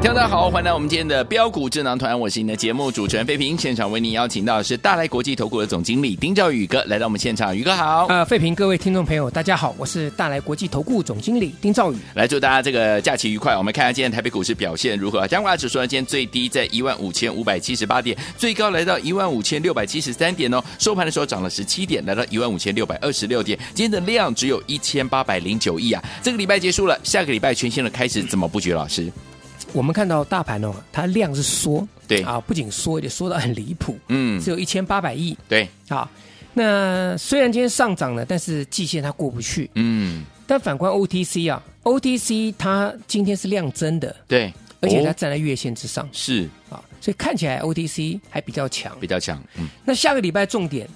听众大家好，欢迎来到我们今天的标股智囊团，我是你的节目主持人费平。现场为您邀请到的是大来国际投顾的总经理丁兆宇哥来到我们现场，宇哥好。呃，费平，各位听众朋友，大家好，我是大来国际投顾总经理丁兆宇。来祝大家这个假期愉快。我们看一下今天台北股市表现如何？加权指数呢，今天最低在15,578点，最高来到15,673点哦。收盘的时候涨了17点，来到15,626点。今天的量只有1,809亿啊。这个礼拜结束了，下个礼拜全新的开始，怎么布局？老师，我们看到大盘哦，它量是缩，对啊，不仅缩，也缩得很离谱，嗯只有一千八百亿对，啊。那虽然今天上涨了，但是季线它过不去。嗯，但反观 OTC 啊，OTC 它今天是量增的，对，而且它哦站在月线之上、是啊，所以看起来 OTC 还比较强比。较强，嗯那下个礼拜重点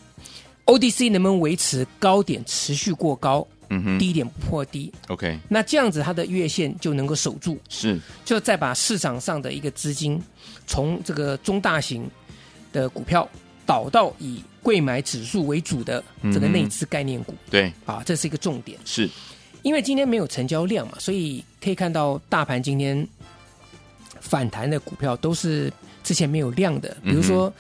，OTC 能不能维持高点持续过高，嗯哼低点不破低？ ，OK，那这样子它的月线就能够守住，是，就再把市场上的一个资金从这个中大型的股票导到以贵买指数为主的这个内资概念股、对，啊，这是一个重点。是，因为今天没有成交量嘛，所以可以看到大盘今天反弹的股票都是之前没有量的，比如说、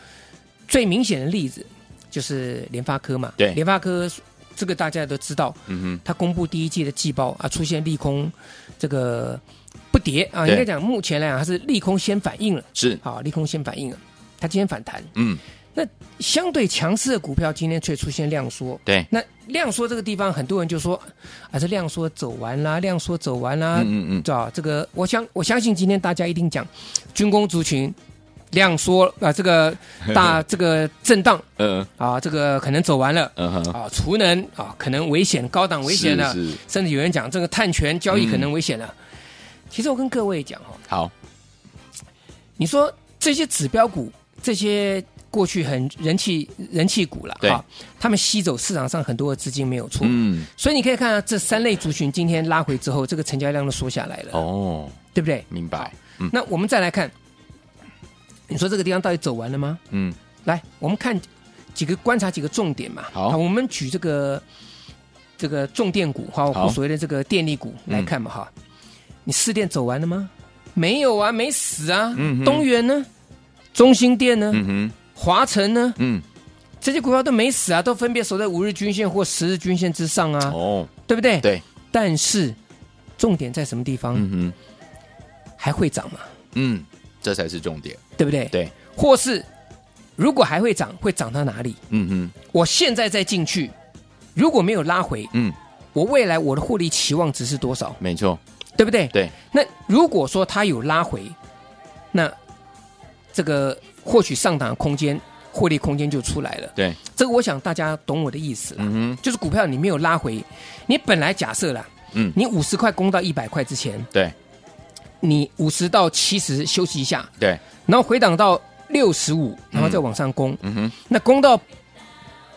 最明显的例子就是联发科嘛，对联发科这个大家都知道，嗯它公布第一季的季报啊，出现利空这个不跌啊，对应该讲目前来讲它是利空先反应了，哼，是，啊，利空先反应了，它今天反弹，嗯，相对强势的股票今天却出现量缩，对，那量缩这个地方，很多人就说啊，这量缩走完啦，量缩走完啦，嗯嗯嗯，啊，这个我相我相信今天大家一定讲军工族群量缩啊，这个大这个震荡嗯呃，啊，这个可能走完了嗯哼，啊，储能啊，可能危险，高档危险了，是，是甚至有人讲这个碳权交易可能危险了。其实我跟各位讲哦，好，你说这些指标股，这些过去很人气人气股了，对啊，他们吸走市场上很多的资金没有错，嗯，所以你可以看到这三类族群今天拉回之后，这个成交量都缩下来了，哦，对不对？明白好，那我们再来看，你说这个地方到底走完了吗？嗯，来，我们看几个观察几个重点嘛。好我们举这个这个重电股哈，好嗯或所谓的这个电力股来看嘛哈。你四电走完了吗？没有啊，没死啊。嗯哼东元呢？中兴电呢？嗯哼，华晨呢？嗯，这些股票都没死啊，都分别守在五日均线或十日均线之上啊，哦，对不对？。对，但是重点在什么地方？嗯还会涨嘛？哼，嗯，这才是重点，对不对？对，或是如果还会涨，会涨到哪里？嗯哼，我现在再进去，如果没有拉回，嗯，我未来我的获利期望值是多少？没错，对不对？对，那如果说它有拉回，那这个获取上档的空间、获利空间就出来了。对，这个我想大家懂我的意思了。嗯哼，就是股票你没有拉回，你本来假设啦，嗯你五十块攻到一百块之前，对你五十到七十休息一下，对，然后回档到六十五，然后再往上攻，嗯哼，那攻到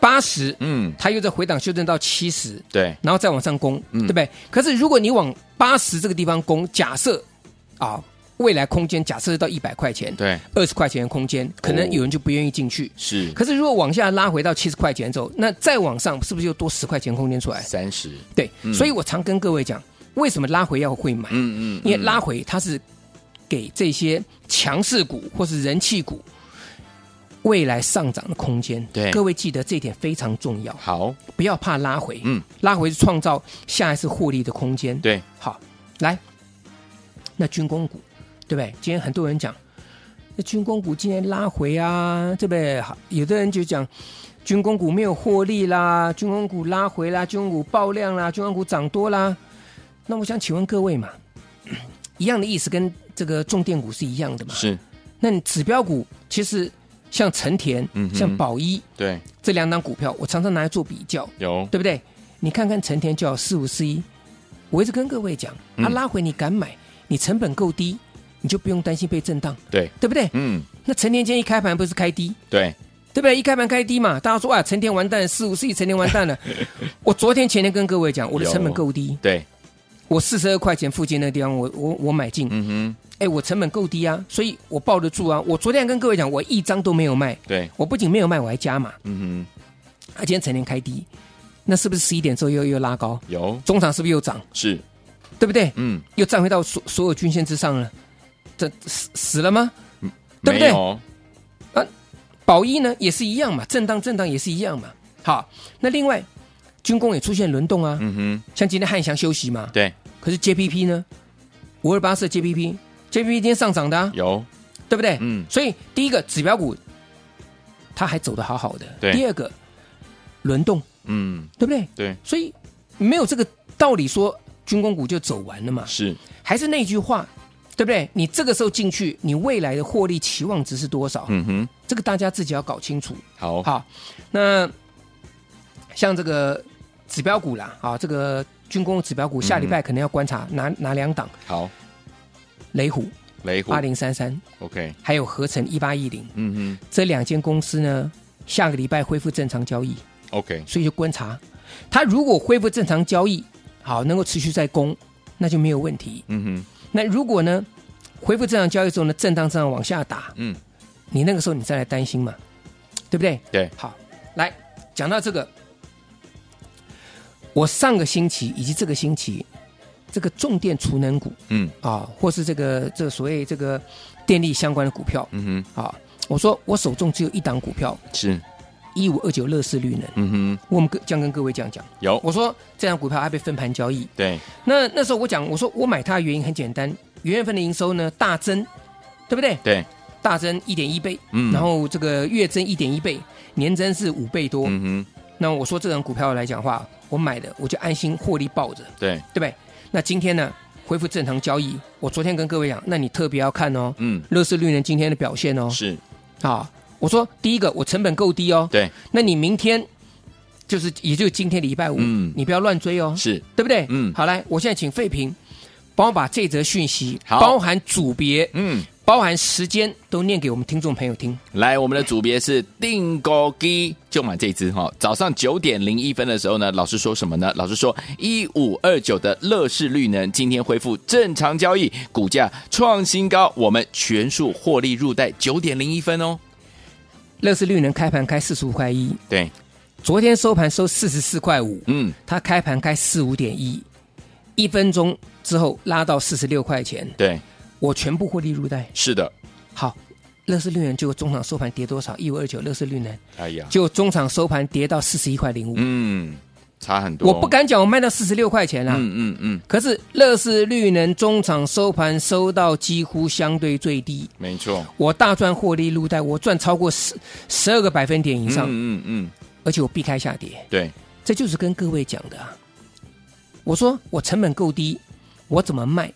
八十，嗯，它又在回档修正到七十，对，然后再往上攻，嗯对不对？可是如果你往八十这个地方攻，假设啊，未来空间假设到一百块钱，对，哦二十块钱的空间，可能有人就不愿意进去。是可是如果往下拉回到七十块钱走，那再往上是不是又多十块钱空间出来？三十，对，所以我常跟各位讲，为什么拉回要会嗯买？嗯嗯，因为拉回它是给这些强势股或是人气股未来上涨的空间。对各位记得这一点非常重要，好，不要怕拉回，嗯，拉回是创造下一次获利的空间。，对，好，来，那军工股，对不对？今天很多人讲，那军工股今天拉回啊，对不对？好有的人就讲。军工股没有获利啦，军工股拉回啦，军工股爆量啦，军工股涨多啦。 那我想请问各位嘛，一样的意思跟这个重电股是一样的嘛？是，那你指标股其实像成田、嗯哼像宝一对，这两档股票，我常常拿来做比较，有，对不对？你看看成田就要四五四一，我一直跟各位讲，它、嗯拉回你敢买，你成本够低，你就不用担心被震荡，对，对不对？嗯，那成田今天一开盘不是开低，对，对不对？一开盘开低嘛，大家说啊，成田完蛋了，四五四一成田完蛋了。我昨天前天跟各位讲，我的有成本够低，对，我四十二块钱附近那个地方，我我我买进，嗯哼，哎、我成本够低啊，所以我抱得住啊。我昨天跟各位讲，我一张都没有卖，对，我不仅没有卖，我还加码。嗯啊，今天成田开低，那是不是十一点之后又又拉高？哼，有，中场是不是又涨？是，对不对？嗯，又站回到所所有均线之上了，这死死了吗？对不没对有，宝一呢也是一样嘛，震荡震荡也是一样嘛。好，那另外军工也出现轮动啊，嗯哼，像今天汉翔休息嘛，对，可是 JPP 呢，五二八四 JPP，JPP 今天上涨的、啊，有，对不对？嗯，所以第一个指标股，它还走得好好的。对第二个轮动，嗯，对不对？对，所以没有这个道理说军工股就走完了嘛。是，还是那句话，对不对？你这个时候进去，你未来的获利期望值是多少？嗯哦哼，这个大家自己要搞清楚。好，好，那像这个指标股啦，啊，这个军工指标股，下礼拜可能要观察哪哪两档，好，雷虎雷虎八零三三， ，OK，还有合成一八一零嗯这两间公司呢，下个礼拜恢复正常交易，哼，OK，所以就观察它如果恢复正常交易，好，能够持续在攻，那就没有问题。嗯哼，那如果呢，恢复正常交易之后呢，震荡震荡往下打，嗯，你那个时候你再来担心嘛，对不对？对，好，来讲到这个，我上个星期以及这个星期，这个重电储能股嗯，啊，或是这个这个所谓这个电力相关的股票嗯哼，啊，我说我手中只有一档股票是，一五二九乐视绿能，嗯哼，我们跟将跟各位讲讲，有，我说这档股票它被分盘交易，对，那那时候我讲我说我买它的原因很简单，元月份的营收呢大增，对不对？对，大增一点一倍，嗯然后这个月增一点一倍，年增是五倍多，嗯哼，那我说这种股票来讲话，我买的我就安心获利抱着，对，对不对？那今天呢，恢复正常交易。我昨天跟各位讲，那你特别要看哦，嗯，乐视绿能今天的表现哦。是，啊，我说第一个我成本够低哦，对，那你明天就是也就是今天礼拜五，嗯你不要乱追哦，是，对不对？嗯好来，我现在请费平帮我把这则讯息，好包含组别、嗯，包含时间都念给我们听众朋友听。来，我们的组别是定高机，就买这只哈、早上九点零一分的时候呢，老师说什么呢？老师说一五二九的乐视绿能今天恢复正常交易，股价创新高，我们全数获利入袋，九点零一分哦。乐视绿能开盘开四十五块一，对，昨天收盘收四十四块五，嗯，它开盘开四五点一，一分钟之后拉到四十六块钱，对，我全部获利入袋。是的。好，乐视绿能结果中场收盘跌多少？一五二九，乐视绿能哎呀，结果中场收盘跌到四十一块零五。嗯，差很多。我不。敢讲我卖到四十六块钱啦、啊嗯嗯嗯，可是乐视绿能中场收盘收到几乎相对最低，没错。我大赚获利入袋，我赚超过十十二个百分点以上，嗯嗯嗯，而且我避开下跌。对，这就是跟各位讲的、啊。我说我成本够低，我怎么卖，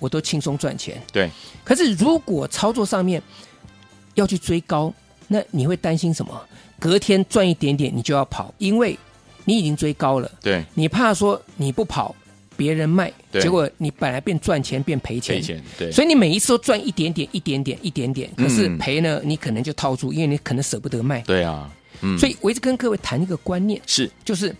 我都轻松赚钱。对。可是如果操作上面要去追高，那你会担心什么？隔天赚一点点你就要跑，因为你已经追高了，对，你怕说你不跑，别人卖，对结果你本来变赚钱变赔钱。赔钱，对，所以你每一次都赚一点点、一点点、一点点，可是嗯赔呢，你可能就套住，因为你可能舍不得卖。对啊，嗯，所以我一直跟各位谈一个观念，是，就是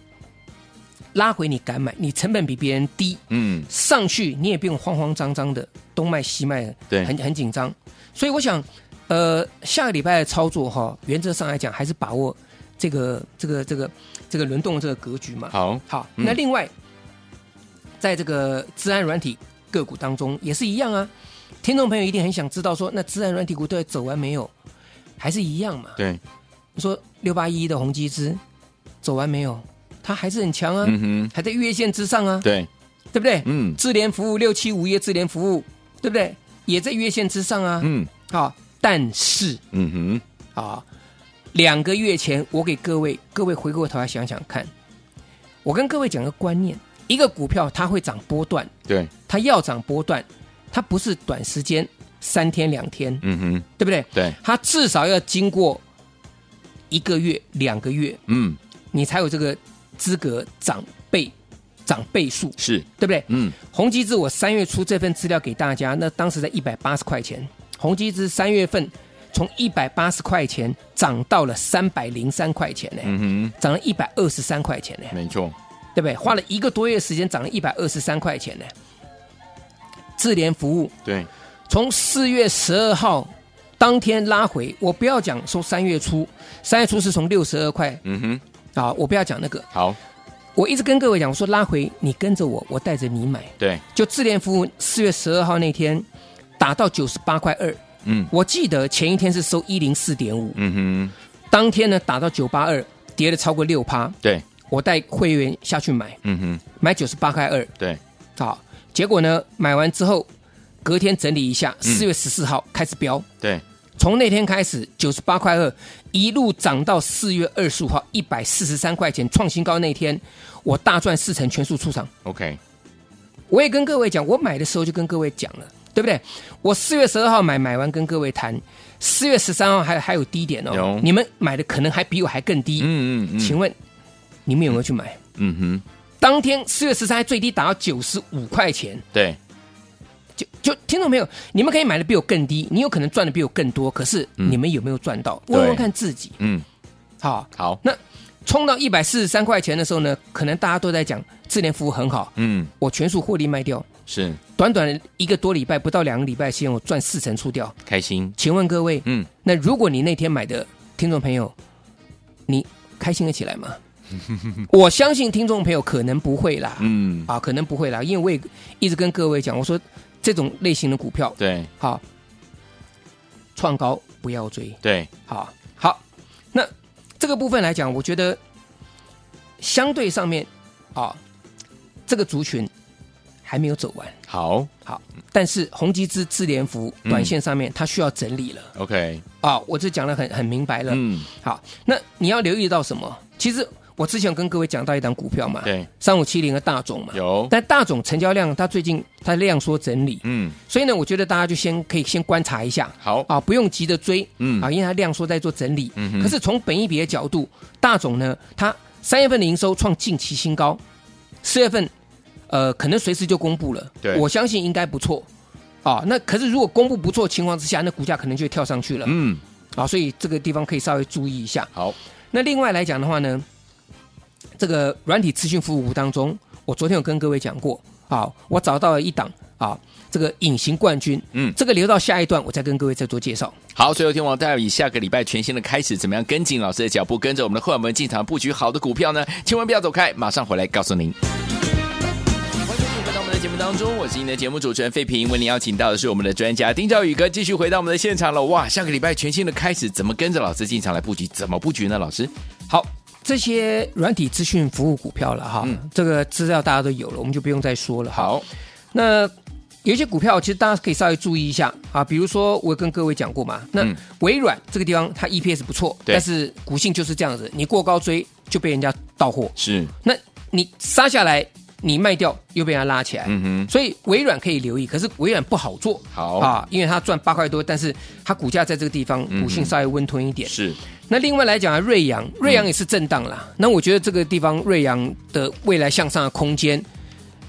拉回你敢买，你成本比别人低，嗯，上去你也不用慌慌张张的东卖西卖的，对很很紧张。所以我想，呃，下个礼拜的操作哈、原则上来讲还是把握这个这个这个这个轮动的这个格局嘛。好，好，嗯那另外，在这个自然软体个股当中也是一样啊。听众朋友一定很想知道说，那自然软体股到底走完没有？还是一样嘛？对，你说六八一的宏基资走完没有？它还是很强啊，嗯还在月线之上啊哼，，对，对不对？嗯智联服务六七五业智联服务，对不对？也在月线之上啊。嗯好、但是嗯哼，啊，两个月前我给各位各位回过头来想想看，我跟各位讲个观念：一个股票它会涨波段，对，它要涨波段，它不是短时间三天两天，嗯哼，对不对？对，它至少要经过一个月、两个月，嗯，你才有这个资格涨倍、涨倍数，是，对不对？嗯，宏基资我三月初这份资料给大家，那当时在一百八十块钱，宏基资三月份从一百八十块钱涨到了三百零三块钱呢、嗯涨了一百二十三块钱呢、哼，没错，对不对？花了一个多月时间，涨了一百二十三块钱呢、智联服务对，从四月十二号当天拉回，我不要讲说三月初，三月初是从六十二块嗯哼，啊，我不要讲那个，好，我一直跟各位讲，我说拉回你跟着我，我带着你买。对，就智联服务四月十二号那天打到九十八块二，嗯，我记得前一天是收一零四点五，嗯哼，当天呢打到九八二，跌了超过六趴，对，我带会员下去买，嗯哼，买九十八块二，对，好，结果呢买完之后，隔天整理一下，嗯四月十四号开始飙，对，从那天开始九十八块二一路涨到四月二十五号一百四十三块钱创新高那天，我大赚四成全数出场。 ，OK，我也跟各位讲，我买的时候就跟各位讲了，对不对？我四月十二号买，买完跟各位谈，四月十三号还还有低点有哦，你们买的可能还比我还更低。嗯嗯嗯，请问你们有没有去买？嗯哼，当天四月十三最低打到九十五块钱，对，就就听众朋友，你们可以买的比我更低，你有可能赚的比我更多，可是嗯你们有没有赚到？对问问看自己。嗯，好，好，那冲到一百四十三块钱的时候呢，可能大家都在讲智联服务很好，嗯，我全数获利卖掉。是短短一个多礼拜，不到两个礼拜时间，我赚四成出掉。开心，请问各位，嗯，那如果你那天买的听众朋友，你开心的起来 吗？我相信听众朋友可能不会啦，嗯，啊，可能不会啦，因为我也一直跟各位讲，我说这种类型的股票，对，好，创高不要追，对，好好。那这个部分来讲，我觉得相对上面啊，这个族群还没有走完。好好，但是宏基资智联服嗯短线上面它需要整理了、 ，OK，啊，我这讲的很很明白了。嗯，好，那你要留意到什么？其实我之前有跟各位讲到一档股票嘛，对，三五七零的大种嘛，有，但大种成交量它最近它量缩整理，嗯，所以呢，我觉得大家就先可以先观察一下好，啊，不用急着追，嗯啊，因为它量缩在做整理。嗯哼可是从本一比的角度，大种呢，它三月份的营收创近期新高，四月份呃可能随时就公布了，对我相信应该不错。啊，那可是如果公布不错的情况之下，那股价可能就会跳上去了、嗯，啊，所以这个地方可以稍微注意一下。好，那另外来讲的话呢，这个软体资讯服务当中，我昨天有跟各位讲过啊，我找到了一档啊，这个隐形冠军，嗯这个留到下一段我再跟各位再做介绍。好，所以有天王待会以下个礼拜全新的开始，怎么样跟紧老师的脚步，跟着我们的会员们进场布局好的股票呢？千万不要走开，马上回来告诉您。欢迎回到我们的节目当中，我是您的节目主持人费平，为您邀请到的是我们的专家丁兆宇哥，继续回到我们的现场了。哇，下个礼拜全新的开始，怎么跟着老师进场来布局？怎么布局呢？老师，好，这些软体资讯服务股票了哈，嗯这个资料大家都有了，我们就不用再说了。，好，那。有一些股票其实大家可以稍微注意一下啊，比如说我跟各位讲过嘛，那嗯微软这个地方它 EPS 不错，对但是股性就是这样子，你过高追就被人家到货，是，那你杀下来，你卖掉又被它拉起来，嗯哼，所以微软可以留意，可是微软不好做。好，啊，因为它赚八块多，但是它股价在这个地方嗯哼股性稍微温吞一点。是，那另外来讲啊，瑞嗯阳，瑞阳也是震荡啦。那我觉得这个地方瑞阳的未来向上的空间，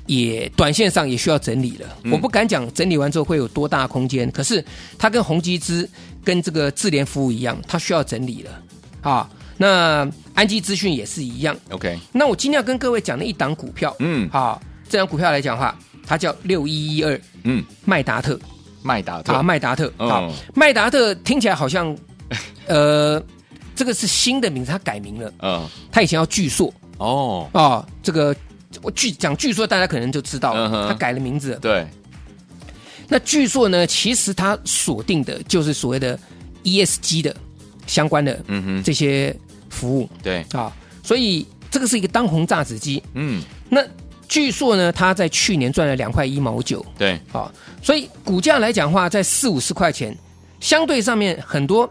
也短线上也需要整理了。嗯我不敢讲整理完之后会有多大的空间，可是它跟宏基资跟这个智联服务一样，它需要整理了啊。那安基资讯也是一样， OK，那我今天要跟各位讲的一档股票，嗯好，这档股票来讲的话，它叫六一一二嗯，麦达特麦达特啊，，麦达特。嗯好，麦达特听起来 好像，呃，这个是新的名字，它改名了，嗯，它以前叫巨硕哦，啊，这个。我巨讲巨硕，大家可能就知道嗯哼了，它改了名字了。对，那巨硕呢，其实它锁定的就是所谓的 ESG 的相关的嗯哼，这些服务对，啊，所以这个是一个当红炸子鸡。嗯，那据说呢，它在去年赚了两块一毛九对，啊，所以股价来讲话，在四五十块钱，相对上面很多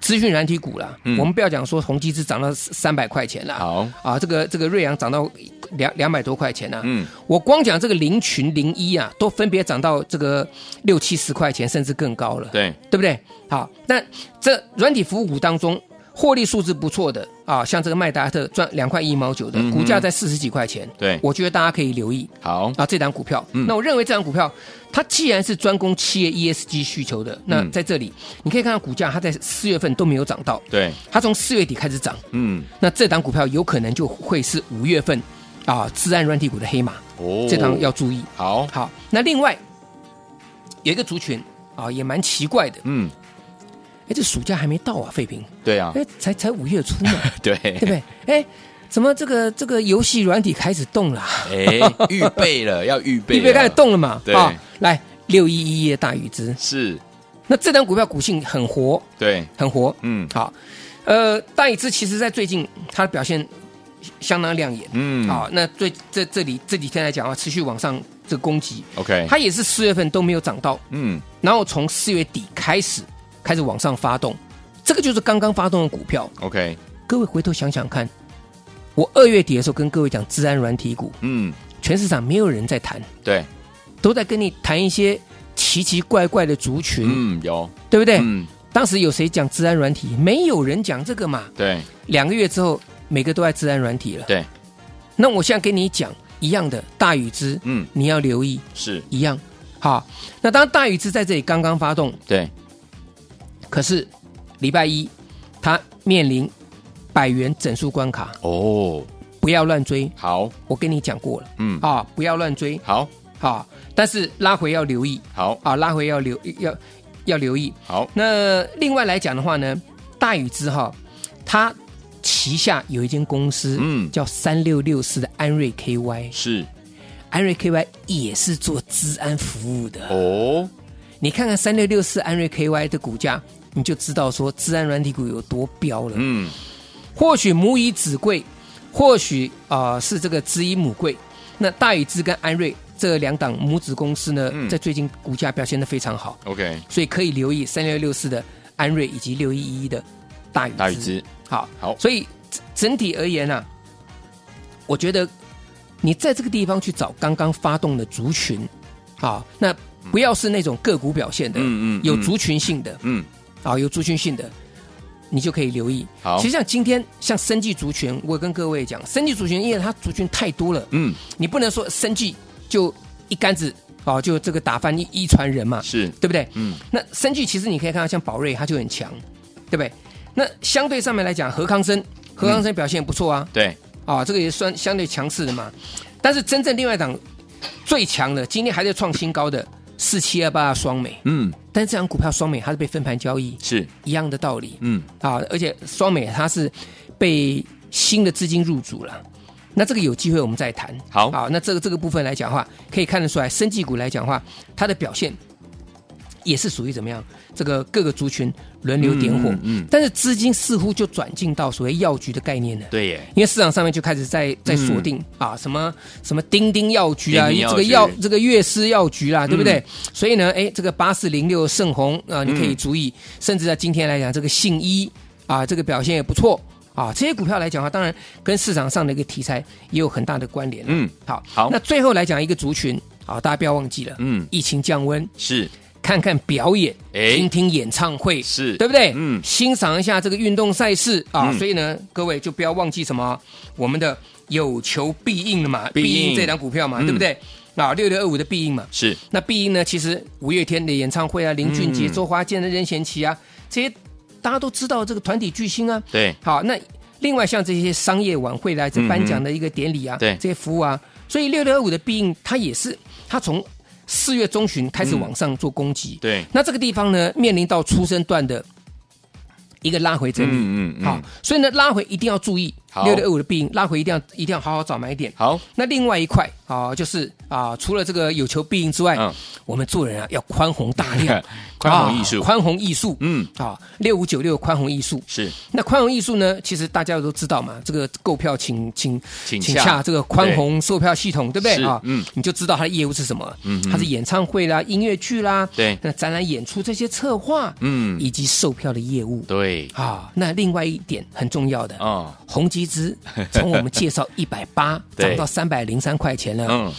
资讯软体股啦，嗯我们不要讲说宏基资涨到三百块钱啦，好，啊，这个这个瑞阳涨到两两百多块钱啊。嗯，我光讲这个零群零一啊，都分别涨到这个六七十块钱，甚至更高了。对，对不对？好，那这软体服务股当中，获利数字不错的啊，像这个麦达特赚两块一毛九的嗯，哼股价在四十几块钱。对我觉得大家可以留意好，啊这档股票。嗯那我认为这档股票，它既然是专攻企业 ESG 需求的，那嗯在这里你可以看到股价，它在四月份都没有涨到，对，它从四月底开始涨，嗯，那这档股票有可能就会是五月份啊，自然软体股的黑马，哦这档要注意。好，好，那另外有一个族群啊，也蛮奇怪的。嗯，哎，这暑假还没到啊，费平，对啊，哎，才才五月初嘛，对，对不对？哎，怎么这个这个游戏软体开始动了啊？ 哎，预备了，要预备了，预备开始动了嘛？啊对来六一一的大禹之，是，那这档股票股性很活，对，很活。嗯好，呃，大禹之其实在最近它的表现相当亮眼。嗯，好，那最这这里这几天来讲啊，持续往上这个攻击， ，OK，它也是四月份都没有涨到，嗯，然后从四月底开始开始往上发动，这个就是刚刚发动的股票。 OK，各位回头想想看，我二月底的时候跟各位讲治安软体股，嗯，全市场没有人在谈，对，都在跟你谈一些奇奇怪怪的族群，嗯，有，对不对？嗯，当时有谁讲治安软体？没有人讲这个嘛。对，两个月之后，每个都在治安软体了。对，那我现在跟你讲一样的大禹之，嗯，你要留意是，一样。好，那当大禹之在这里刚刚发动，对，可是礼拜一它面临百元整数关卡，哦，不要乱追。好，我跟你讲过了。嗯，啊，不要乱追好，啊！但是拉回要留意好，啊，拉回要留要要留意。好，那另外来讲的话呢，大禹之哈，它旗下有一间公司，嗯叫三六六四的安瑞 KY，是，安瑞 KY 也是做治安服务的。哦，你看看三六六四安瑞 KY 的股价，你就知道说治安软体股有多彪了。嗯，或许母以子贵，或许啊、呃是这个子以母贵。那大禹之跟安瑞这两档母子公司呢，嗯在最近股价表现的非常好， OK，所以可以留意三六六四的安瑞以及六一一的大禹大禹之，好，好所以整整体而言呢、啊，我觉得你在这个地方去找刚刚发动的族群，啊，那不要是那种个股表现的，嗯嗯嗯有族群性的，嗯，啊，有族群性的，你就可以留意。好其实像今天像生技族群，我跟各位讲，生技族群因为它族群太多了，嗯，你不能说生技就一竿子啊，就这个打翻一一船人嘛，是，对不对？嗯，那生技其实你可以看到，像宝瑞它就很强，对不对？那相对上面来讲，何康生，何康生表现也不错啊，对，啊，这个也算相对强势的嘛。但是真正另外一档最强的，今天还在创新高的四七二八双美，嗯，但是这档股票双美它是被分盘交易，是，一样的道理嗯，啊。而且双美它是被新的资金入主了，那这个有机会我们再谈。好好，那这个这个部分来讲的话，可以看得出来，生技股来讲的话，它的表现也是属于怎么样？这个各个族群轮流点嗯火，嗯嗯但是资金似乎就转进到所谓药局的概念了。对耶，因为市场上面就开始在在锁定、啊，什么什么丁丁药局啊，嗯丁丁药局嗯这个药这个乐师药局啦、对不对？所以呢，哎，这个八四零六盛虹啊，你可以注意，甚至在今天来讲，这个信一啊，这个表现也不错啊。这些股票来讲的话，当然跟市场上的一个题材也有很大的关联。嗯，嗯，好，好那最后来讲一个族群啊，大家不要忘记了，嗯，疫情降温，是，看看表演，哎听听演唱会，是，对不对？嗯嗯，欣赏一下这个运动赛事啊，嗯所以呢，各位就不要忘记什么我们的有求必应了嘛，必应这档股票嘛，嗯对不对？啊，六六二五的必应嘛，是，那必应呢，其实五月天的演唱会啊，林俊杰、嗯周华健的任贤齐啊，这些大家都知道这个团体巨星啊。对，好，那另外像这些商业晚会啦，这嗯颁奖的一个典礼啊，对这些服务啊，所以六六二五的必应它也是它从四月中旬开始嗯往上做攻击，对，那这个地方呢，面临到出生段的一个拉回整理。嗯好，，所以呢，拉回一定要注意好六六二五的必应，拉回一定要一定要好好找买点。好，那另外一块啊，就是啊，除了这个有求必应之外，嗯，我们做人啊要宽宏大 量哎宽宏艺术啊宽宏艺术，嗯，啊，六五九六宽宏艺术。是，那宽宏艺术呢，其实大家都知道嘛，这个购票请请请请洽洽这个宽宏售票系统，对不是对啊？嗯，你就知道它的业务是什么，嗯哼它是演唱会啦、音乐剧啦，对那展览演出这些策划，嗯，以及售票的业务对，啊。那另外一点很重要的，啊，宏基一只从我们介 绍一百八对涨到三百零三块钱了。嗯，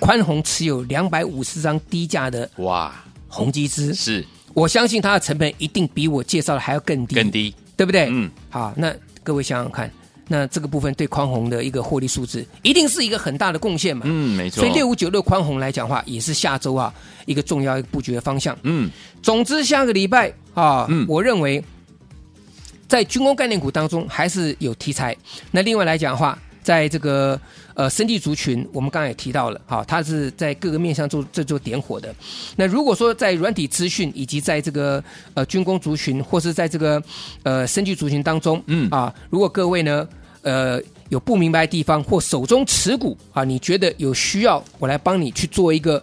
宽宏持有两百五十张低价的哇，宏基资，是我相信它的成本一定比我介绍的还要更低，更，低，对不对？嗯，好，那各位想想看，那这个部分对宽宏的一个获利数字，一定是一个很大的贡献嘛。嗯，没错，所以六五九六宽宏来讲的话，也是下周啊一个重要一个布局的方向。嗯，总之，下个礼拜啊，嗯我认为在军工概念股当中还是有题材。那另外来讲的话，在这个呃生技族群，我们刚才也提到了，好、它是在各个面向做这做点火的。那如果说在软体资讯以及在这个呃军工族群，或是在这个呃生技族群当中，嗯啊，如果各位呢，呃。有不明白的地方或手中持股啊，你觉得有需要我来帮你去做一个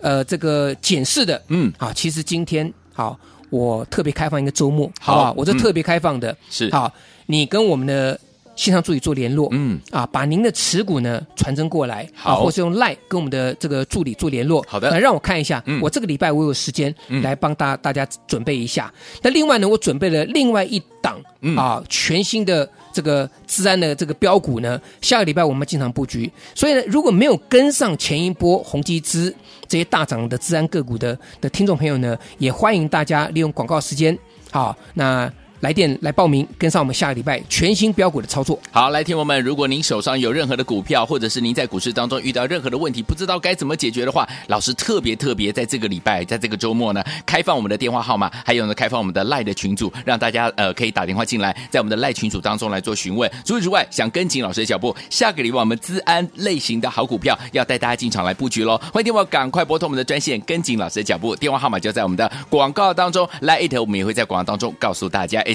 呃这个检视的，嗯，好，其实今天好，我特别开放一个周末，好好不好？我这嗯特别开放的，是，好，你跟我们的线上助理做联络，嗯，啊，把您的持股呢传真过来，啊，好或是用 Line 跟我们的这个助理做联络。好的那让我看一下，嗯我这个礼拜我有时间嗯来帮大大家准备一下。那另外呢，我准备了另外一档、嗯啊全新的这个治安的这个标股呢，下个礼拜我们进场布局。所以呢，如果没有跟上前一波宏基资这些大涨的治安个股的的听众朋友呢，也欢迎大家利用广告时间，好那。来电来报名，跟上我们下个礼拜全新标股的操作。好，来，听友们，如果您手上有任何的股票，或者是您在股市当中遇到任何的问题，不知道该怎么解决的话，老师特别特别在这个礼拜，在这个周末呢，开放我们的电话号码，还有呢，开放我们的赖的群组，让大家呃可以打电话进来，在我们的赖群组当中来做询问。除此之外，想跟紧老师的脚步，下个礼拜我们资安类型的好股票要带大家进场来布局喽。欢迎电话赶快拨通我们的专线，跟紧老师的脚步，电话号码就在我们的广告当中，来一头我们也会在广告当中告诉大家。也